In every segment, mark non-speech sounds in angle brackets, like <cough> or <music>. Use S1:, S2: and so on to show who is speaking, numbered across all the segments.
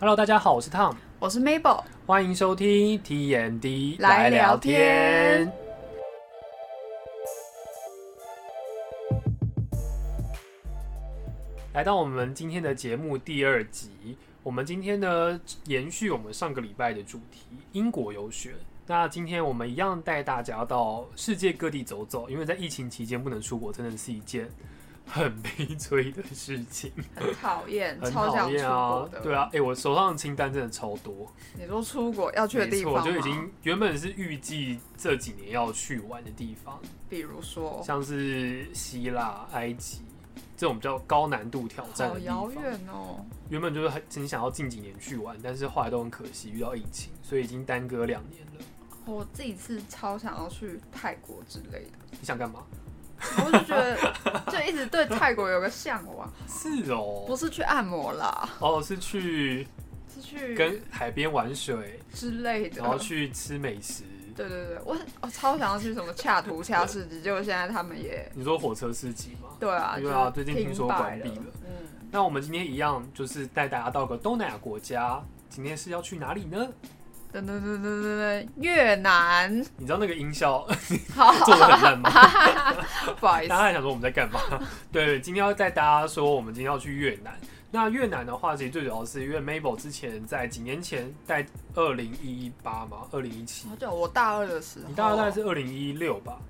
S1: Hello，大家好，我是 Tom，
S2: 我是 Mabel，
S1: 欢迎收听 T N D
S2: 来聊天。
S1: 来到我们今天的节目第二集，我们今天呢延续我们上个礼拜的主题——英国游学。那今天我们一样带大家到世界各地走走，因为在疫情期间不能出国，真的是一件很悲催的事情，
S2: <laughs> 很讨厌，
S1: 很
S2: 超
S1: 讨
S2: 想出
S1: 厌啊
S2: 国的。。
S1: 对啊，哎、我手上的清单真的超多，
S2: 你说出国要去的
S1: 没
S2: 地
S1: 错，
S2: 方
S1: 我
S2: 吗
S1: 就已经原本是预计这几年要去玩的地方，
S2: 比如说，
S1: 像是希腊、埃及这种比较高难度挑战
S2: 好
S1: 的地
S2: 遥
S1: 方。
S2: 远哦。
S1: 原本就是很很想要近几年去玩，但是后来都很可惜遇到疫情，所以已经耽搁两年了。
S2: 我自己是超想要去泰国之类
S1: <laughs>
S2: 的，
S1: 你想干嘛？
S2: 我就觉得就一直对泰国有个向往，
S1: 是
S2: 不
S1: 哦，
S2: 是去按摩啦，
S1: 哦是去
S2: 是去
S1: 跟海边玩水，
S2: 之类的
S1: 然。后去吃美食。
S2: 对对对，我我超想要去什么恰图恰市集，结果现在他们也
S1: 你说火车司机吗？
S2: 对啊，
S1: 对啊
S2: 就
S1: 最
S2: 是
S1: 近听说
S2: 停摆
S1: 关闭了
S2: 了，嗯，
S1: 那我们今天一样就是带大家到个东南亚国家，今天是要去哪里呢？
S2: 噔噔噔噔噔噔，越南，
S1: 你知道那个音效
S2: 好，
S1: <laughs> 做的很烂吗？
S2: 不好意思
S1: 大，家还想说我们在干嘛？ <laughs> 对，今天要带大家说，我们今天要去越南。那越南的话，其实最主要是因为 Mabel 之前在几年前，在二零一八嘛，二零一七
S2: 好，久，哦我大二的时候，
S1: 你大概是二零一六吧，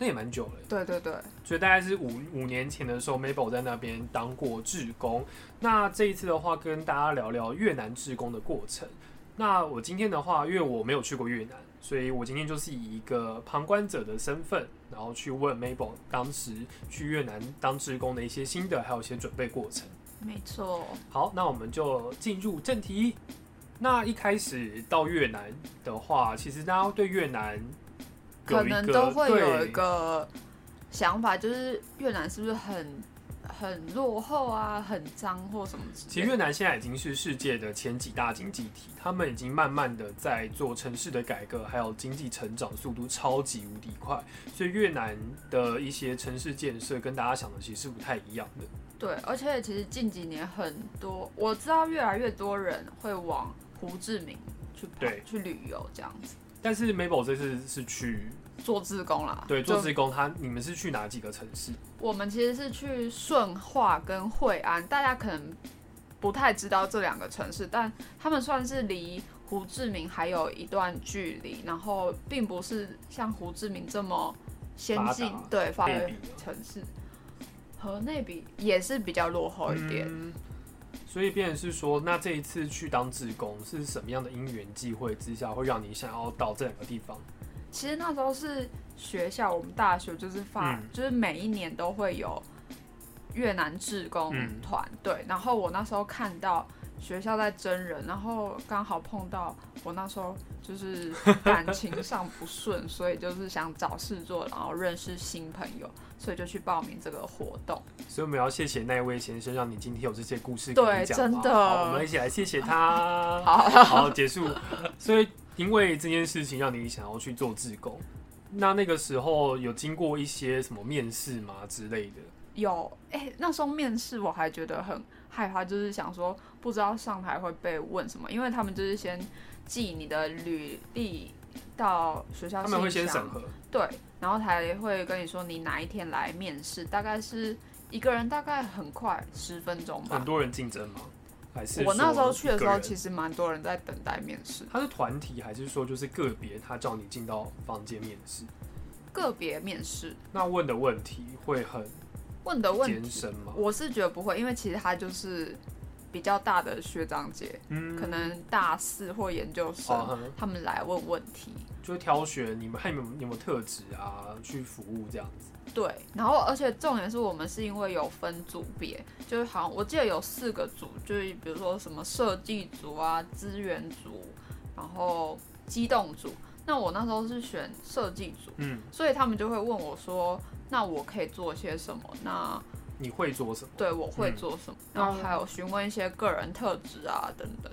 S1: 那也蛮久了耶。
S2: 对对对，
S1: 所以大概是五五年前的时候，Mabel 在那边当过志工。那这一次的话，跟大家聊聊越南志工的过程。那我今天的话，因为我没有去过越南，所以我今天就是以一个旁观者的身份，然后去问 Mabel 当时去越南当志工的一些心得，还有一些准备过程。
S2: 没错，
S1: 好，那我们就进入正题。那一开始到越南的话，其实大家对越南有
S2: 可
S1: 一个
S2: 能都会有
S1: 对
S2: 一个想法，就是越南是不是很很落后啊，很脏或什么之
S1: 其实
S2: 类的。
S1: 越南现在已经是世界的前几大经济体，他们已经慢慢的在做城市的改革，还有经济成长速度超级无敌快，所以越南的一些城市建设跟大家想的其实是不太一样的。
S2: 对，而且其实近几年很多，我知道越来越多人会往胡志明去跑
S1: 对
S2: 去旅游这样子，
S1: 但是 Mabel 这次是去
S2: 做志工啦。
S1: 对做
S2: 就
S1: 志工，他你们是去哪几个城市？
S2: 我们其实是去顺化跟惠安，大家可能不太知道这两个城市，但他们算是离胡志明还有一段距离，然后并不是像胡志明这么先进
S1: 发达，
S2: 对发达
S1: 内
S2: 的
S1: 比啊
S2: 城市。和内比也是比较落后一点，
S1: 嗯所以，变成是说，那这一次去当志工是什么样的因缘际会之下，会让你想要到这两个地方？
S2: 其实那时候是学校，我们大学就是发，
S1: 嗯
S2: 就是每一年都会有越南志工
S1: 嗯
S2: 团、对。然后我那时候看到学校在真人，然后刚好碰到我那时候就是感情上不顺，所以就是想找事做，然后认识新朋友，所以就去报名这个活动。
S1: 所以我们要谢谢那位先生，让你今天有这些故事可以
S2: 对
S1: 讲
S2: 真
S1: 嘛
S2: 的
S1: 好，我们一起来谢谢
S2: <laughs>
S1: 他。
S2: 好，
S1: 好，结束。所以因为这件事情让你想要去做志工，那那个时候有经过一些什么面试吗之类的？
S2: 有哎、那时候面试我还觉得很害怕，就是想说不知道上台会被问什么，因为他们就是先寄你的履历到学校
S1: 他
S2: 信箱，
S1: 们会先审核，
S2: 对，然后才会跟你说你哪一天来面试，大概是一个人大概很快十分钟
S1: 很
S2: 吧。
S1: 多人竞争吗？还是
S2: 我那时候去的时候，其
S1: 实
S2: 实蛮多人在等待面试，
S1: 他是团体还是说就是个别，他叫你进到房间面试？
S2: 个别面试
S1: 那问的问题会很
S2: 问的问
S1: 艰
S2: 题，
S1: 深吗？
S2: 我是觉得不会，因为其实他就是比较大的学长姐，
S1: 嗯，
S2: 可能大四或研究生。
S1: 哦哼
S2: 他们来问问题。
S1: 就挑选你们还有没有有没有特质啊，去服务这样子。
S2: 对，然后而且重点是我们是因为有分组别，就是好像我记得有四个组，就是比如说什么设计组啊、资源组，然后机动组。那我那时候是选设计组，
S1: 嗯，
S2: 所以他们就会问我说：“那我可以做些什么？”那
S1: 你会做什么？
S2: 对我会
S1: 嗯
S2: 做什么？
S1: 那
S2: 然后还有询问一些个人特质啊等等。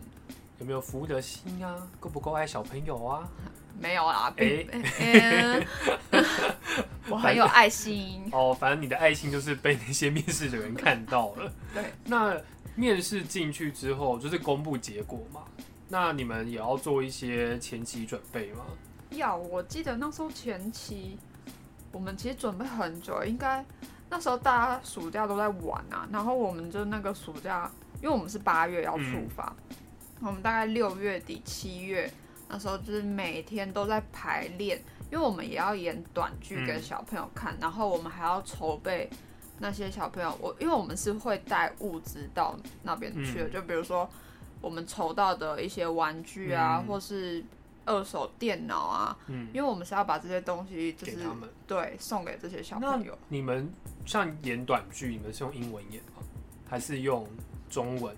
S1: 有没有服务的心啊？够不够爱小朋友啊？
S2: 没有啦，
S1: 哎
S2: <laughs> 并、嗯我很有爱心。
S1: 哦，反正你的爱心就是被那些面试的人看到了。 <laughs>
S2: 对，
S1: 那面试进去之后，就是公布结果嘛。那你们也要做一些前期准备吗？
S2: 要，我记得那时候前期我们其实准备很久，应该那时候大家暑假都在玩啊，然后我们就那个暑假，因为我们是八月要
S1: 嗯
S2: 出发，我们大概六月底七月那时候就是每天都在排练，因为我们也要演短剧给
S1: 嗯
S2: 小朋友看，然后我们还要筹备。那些小朋友，我因为我们是会带物资到那边去的，
S1: 嗯
S2: 就比如说我们筹到的一些玩具啊，
S1: 嗯
S2: 或是二手电脑啊，
S1: 嗯，
S2: 因为我们是要把这些东西就
S1: 给
S2: 是
S1: 他们。
S2: 对送给这些小
S1: 那
S2: 朋友。
S1: 你们像演短剧，你们是用英文演吗？还是用中文、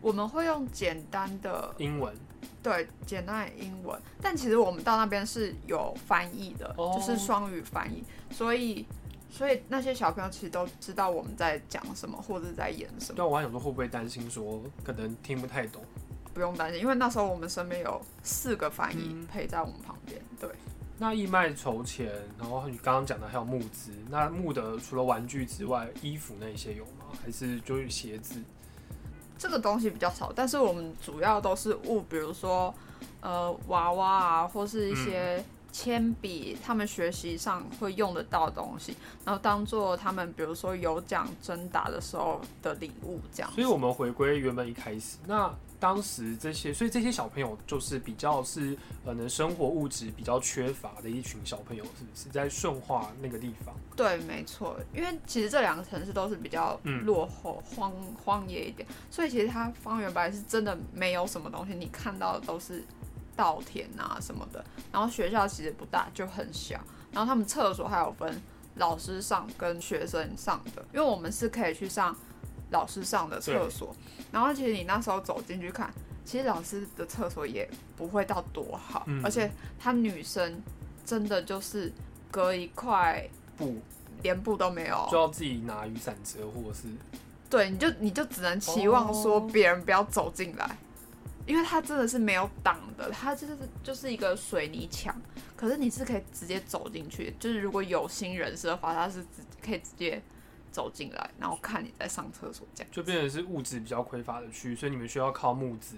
S2: 我们会用简单的
S1: 英文？
S2: 对简单的英文，但其实我们到那边是有翻译的，
S1: 哦
S2: 就是双语翻译，所以所以那些小朋友其实都知道我们在讲什么或者在演什么，
S1: 对啊，我还想说会不会担心说可能听不太懂。
S2: 不用担心，因为那时候我们身边有四个翻译
S1: 嗯
S2: 陪在我们旁边。对，
S1: 那义卖筹钱，然后你刚刚讲的还有募资，那募的除了玩具之外，衣服那些有吗？还是就是鞋子？
S2: 这个东西比较少，但是我们主要都是物，比如说呃娃娃啊，或是一些铅笔，他们学习上会用得到的东西，然后当做他们比如说有奖征答的时候的礼物这样子。
S1: 所以我们回归原本一开始，那当时这些，所以这些小朋友就是比较是可能生活物质比较缺乏的一群小朋友，是不是在顺化那个地方？
S2: 对，没错，因为其实这两个城市都是比较
S1: 嗯
S2: 落后、荒荒野一点，所以其实它方圆百里是真的没有什么东西，你看到的都是稻田啊什么的。然后学校其实不大，就很小，然后他们厕所还有分老师上跟学生上的，因为我们是可以去上老师上的厕
S1: 对
S2: 所，然后其实你那时候走进去看，其实老师的厕所也不会到多好，
S1: 嗯
S2: 而且她女生真的就是隔一块。
S1: 不，
S2: 连布都没
S1: 就
S2: 有，
S1: 要自己拿雨伞遮，或者是
S2: 对，你就你就只能期望说
S1: 哦
S2: 别人不要走进来，因为它真的是没有挡的，它就是就是一个水泥墙，可是你是可以直接走进去，就是如果有心人士的话，他是直可以直接走进来，然后看你在上厕所这样。
S1: 就变成是物质比较匮乏的区，域，所以你们需要靠募资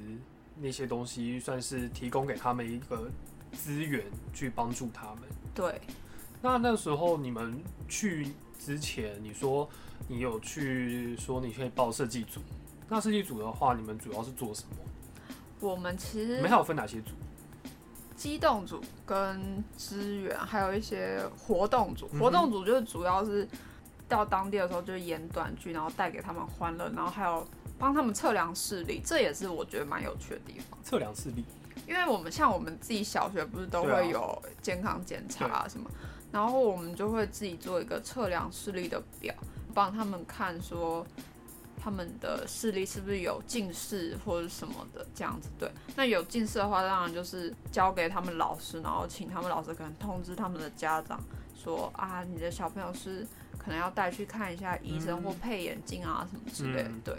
S1: 那些东西，算是提供给他们一个资源去帮助他们。
S2: 对，
S1: 那那时候你们去之前，你说你有去说你可以报设计组，那设计组的话，你们主要是做什么？
S2: 我们其
S1: 你
S2: 实
S1: 们还有分哪些组？
S2: 机动组跟支援，还有一些活动组。
S1: 嗯哼
S2: 活动组就是主要是到当地的时候，就是演短剧，然后带给他们欢乐，然后还有帮他们测量视力，这也是我觉得蛮有趣的地方。
S1: 测量视力，
S2: 因为我们像我们自己小学不是都
S1: 对啊
S2: 会有健康检查啊什么，然后我们就会自己做一个测量视力的表，帮他们看说他们的视力是不是有近视或者什么的这样子。对，那有近视的话，当然就是交给他们老师，然后请他们老师可能通知他们的家长说啊，你的小朋友是可能要带去看一下医生
S1: 嗯
S2: 或配眼镜啊什么之类的
S1: 嗯。
S2: 对。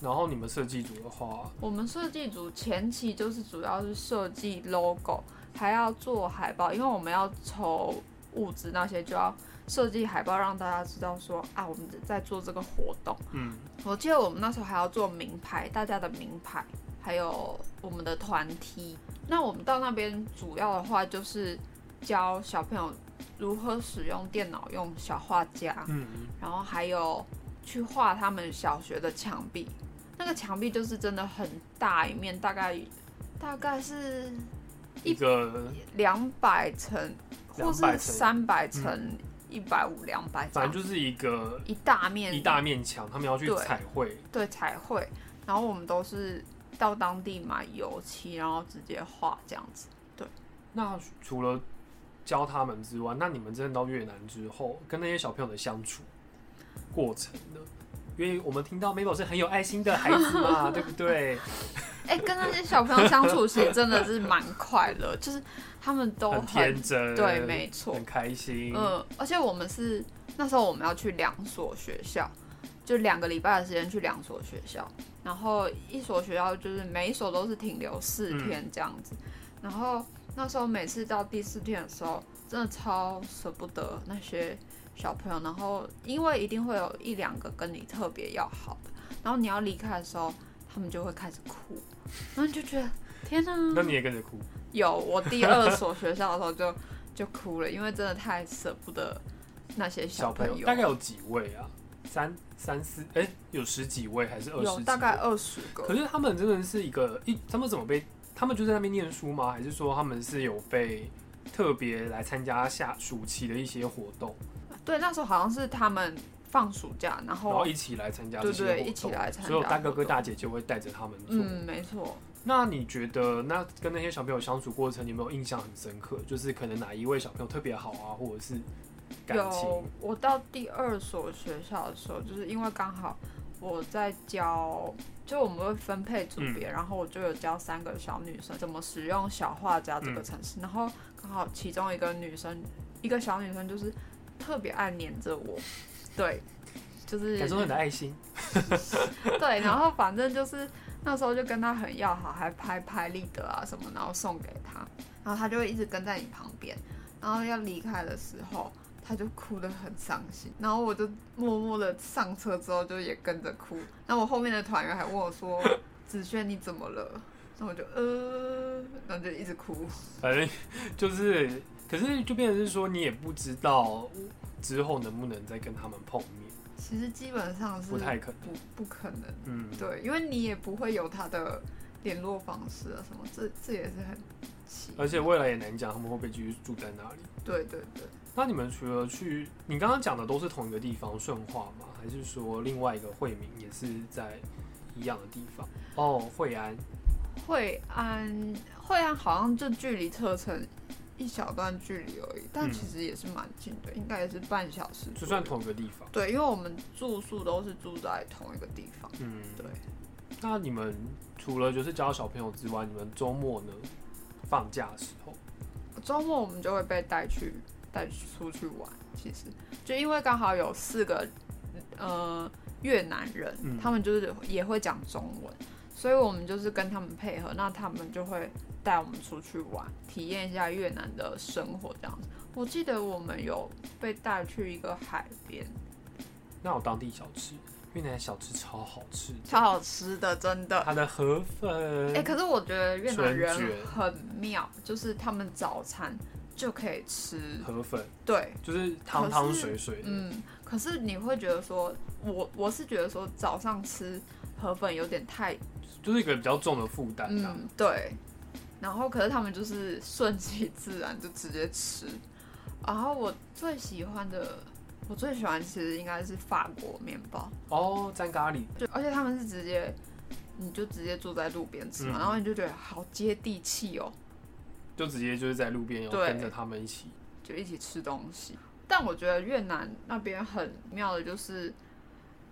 S1: 然后你们设计组的话，
S2: 我们设计组前期就是主要是设计 logo，还要做海报，因为我们要筹物资那些，就要设计海报让大家知道说啊，我们在做这个活动。
S1: 嗯，
S2: 我记得我们那时候还要做名牌，大家的名牌，还有我们的团体。那我们到那边主要的话就是教小朋友如何使用电脑，用小画家，
S1: 嗯，
S2: 然后还有去画他们小学的墙壁，那个墙壁就是真的很大一面，大概大概是
S1: 一个
S2: 两百层，或
S1: 200
S2: 是
S1: 乘
S2: 三百乘一百五两百，
S1: 嗯反正就是一个
S2: 一大面
S1: 一大面墙，他们要去
S2: 对
S1: 彩绘，
S2: 对彩绘，然后我们都是到当地买油漆，然后直接画这样子。
S1: 那除了教他们之外，那你们真的到越南之后，跟那些小朋友的相处过程呢？因为我们听到 Mabel 是很有爱心的孩子
S2: <laughs>
S1: 嘛，对不对？
S2: 哎、跟那些小朋友相处其实真的是蛮快乐，就是他们都
S1: 很天真，
S2: 对，没错，
S1: 很开心。
S2: 嗯，而且我们是那时候我们要去两所学校，就两个礼拜的时间去两所学校，然后一所学校就是每一所都是停留四天这样子，然后那时候每次到第四天的时候，真的超舍不得那些小朋友，然后因为一定会有一两个跟你特别要好的，然后你要离开的时候，他们就会开始哭，然后你就觉得天哪、
S1: 那你也跟着哭，
S2: 有我第二所学校的时候就就哭了，因为真的太舍不得那些
S1: 小
S2: 朋
S1: 朋友大概有几位啊？三三四，哎、有十几位还是二十几
S2: 有
S1: 位？
S2: 大概二十个，
S1: 可是他们真的是一个一，他们怎么被？他们就在那边念书吗？还是说他们是有被特别来参加下暑期的一些活动，
S2: 对，那时候好像是他们放暑假，然
S1: 然后
S2: 后
S1: 一起来参加这
S2: 哦对
S1: 些活
S2: 对
S1: 动？
S2: 一起来参加
S1: 所有大哥
S2: 活
S1: 哥
S2: 动
S1: 大姐就会带着他们做。
S2: 嗯，没错，
S1: 那你觉得，那跟那些小朋友相处过程，你有没有印象很深刻？就是可能哪一位小朋友特别好啊，或者是感情？
S2: 有，我到第二所学校的时候，就是因为刚好我在教，就我们会分配组别，
S1: 嗯
S2: 然后我就有教三个小女生怎么使用小画家这个
S1: 嗯
S2: 城市，然后刚好其中一个女生，一个小女生就是特别爱黏着我，对，就是
S1: 感受到你的爱心，
S2: <laughs> 对，然后反正就是那时候就跟他很要好，还拍拍立得啊什么，然后送给他，然后他就会一直跟在你旁边，然后要离开的时候，他就哭得很伤心，然后我就默默的上车之后就也跟着哭，然后我后面的团员还问我说：“子轩你怎么了？”然后我就呃，然后就一直哭。
S1: 反正就是，可是就变成是说，你也不知道之后能不能再跟他们碰面，
S2: 其实基本上是
S1: 不太可能。
S2: 不不可能，
S1: 嗯，
S2: 对，因为你也不会有他的联络方式啊什么，这这也是很奇妙。
S1: 而且未来也难讲他们会不会继续住在那里。
S2: 对对对。
S1: 那你们除了去，你刚刚讲的都是同一个地方顺化吗？还是说另外一个惠民也是在一样的地方？哦，惠安，
S2: 惠安，惠安好像就距离车程一小段距离而已，但
S1: 嗯
S2: 其实也是蛮近的，应该也是半小时左右。
S1: 就算同一个地方。
S2: 对，因为我们住宿都是住在同一个地方。
S1: 嗯，
S2: 对。
S1: 那你们除了就是教小朋友之外，你们周末呢？放假的时候，
S2: 周末我们就会被带去带出去玩，其实就因为刚好有四个呃越南人，
S1: 嗯
S2: 他们就是也会讲中文，所以我们就是跟他们配合，那他们就会带我们出去玩，体验一下越南的生活这样子。我记得我们有被带去一个海边，
S1: 那有当地小吃，越南小吃超好吃的，
S2: 超好吃的，真的。
S1: 它的河粉，
S2: 哎、可是我觉得越南
S1: 春
S2: 人
S1: 卷
S2: 很妙，就是他们早餐就可以吃，
S1: 河粉
S2: 对，
S1: 就是汤汤水水的，
S2: 嗯，可是你会觉得说，我我是觉得说早上吃河粉有点太，
S1: 就是一个比较重的负担啊。
S2: 嗯，对。然后可是他们就是顺其自然就直接吃。然后我最喜欢的，我最喜欢其实应该是法国面包，
S1: 哦，蘸咖喱，
S2: 就而且他们是直接，你就直接坐在路边吃
S1: 嗯
S2: 嘛，然后你就觉得好接地气哦，
S1: 就直接就是在路边，然后
S2: 对
S1: 跟着他们一起。
S2: 就一起吃东西。但我觉得越南那边很妙的就是，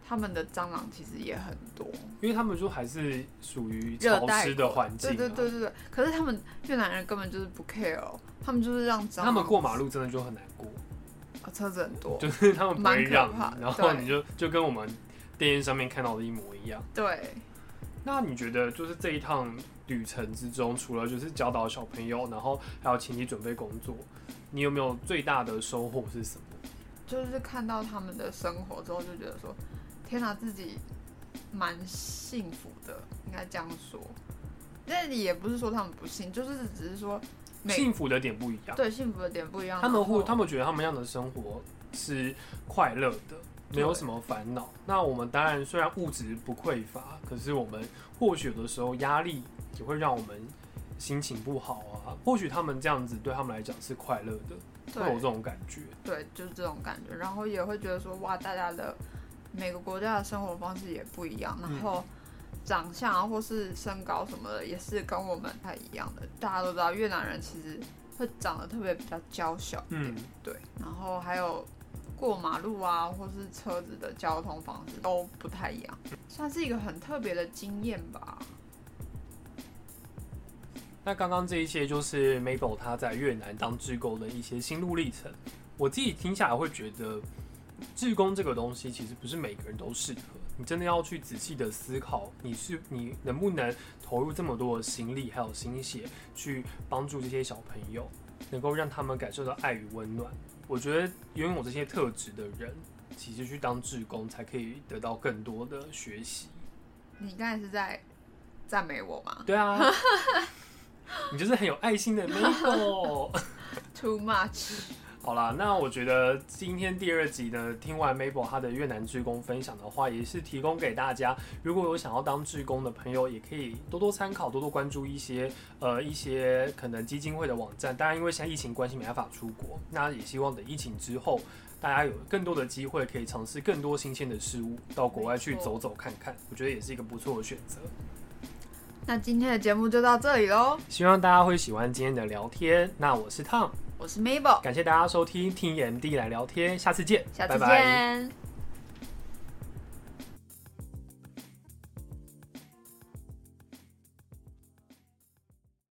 S2: 他们的蟑螂其实也很多。
S1: 因为他们就还是属于
S2: 热
S1: 潮
S2: 带
S1: 湿的环境、啊，
S2: 对对对对对，可是他们越南人根本就是不 care，、哦、他们就是让蟑螂
S1: 他们过马路真的就很难过，
S2: 啊车子很多，
S1: 就是他们不会让你
S2: 蛮可怕，的
S1: 然后
S2: 对
S1: 你就就跟我们电视上面看到的一模一样。
S2: 对，
S1: 那你觉得就是这一趟旅程之中，除了就是教导小朋友，然后还有前期准备工作，你有没有最大的收获是什么？
S2: 就是看到他们的生活之后就觉得说，天哪、自己蛮幸福的，应该这样说。但也不是说他们不幸，就是只是说每
S1: 幸福的点不一样，
S2: 对啊幸福的点不一样。
S1: 他们
S2: 然
S1: 会
S2: 后
S1: 他们觉得他们那样的生活是快乐的。没有
S2: 对
S1: 什么烦恼。那我们当然虽然物质不匮乏，可是我们或许有的时候压力也会让我们心情不好啊。或许他们这样子对他们来讲是快乐的，会有这
S2: 对
S1: 种感觉。
S2: 对，就是这种感觉，然后也会觉得说哇，大家的每个国家的生活方式也不一样，
S1: 嗯
S2: 然后长相啊或是身高什么的也是跟我们不太一样的。大家都知道越南人其实会长得特别比较娇小，
S1: 嗯，
S2: 对，然后还有过马路啊或是车子的交通方式都不太一样，算是一个很特别的经验吧。
S1: 那刚刚这一些就是 Mabel 她在越南当志工的一些心路历程。我自己听下来会觉得，志工这个东西其实不是每个人都适合，你真的要去仔细的思考，你是你能不能投入这么多的心力还有心血去帮助这些小朋友，能够让他们感受到爱与温暖。我觉得拥有这些特质的人，其实去当志工才可以得到更多的学习。
S2: 你刚才是在赞美我吗
S1: 对啊，你就是很有爱心的 Mabel。
S2: ？Too much。 <laughs>
S1: 好啦，那我觉得今天第二集呢，听完 Mabel 她的越南志工分享的话，也是提供给大家，如果有想要当志工的朋友，也可以多多参考，多多关注一些呃一些可能基金会的网站。当然，因为现在疫情关系没办法出国，那也希望等疫情之后，大家有更多的机会可以尝试更多新鲜的事物，到国外去
S2: 没错
S1: 走走看看，我觉得也是一个不错的选择。
S2: 那今天的节目就到这里喽，
S1: 希望大家会喜欢今天的聊天。那我是 Tom，
S2: 我是 Mabel，
S1: 感谢大家收听听 MD 来聊天，下次见，
S2: 下次见。
S1: 拜拜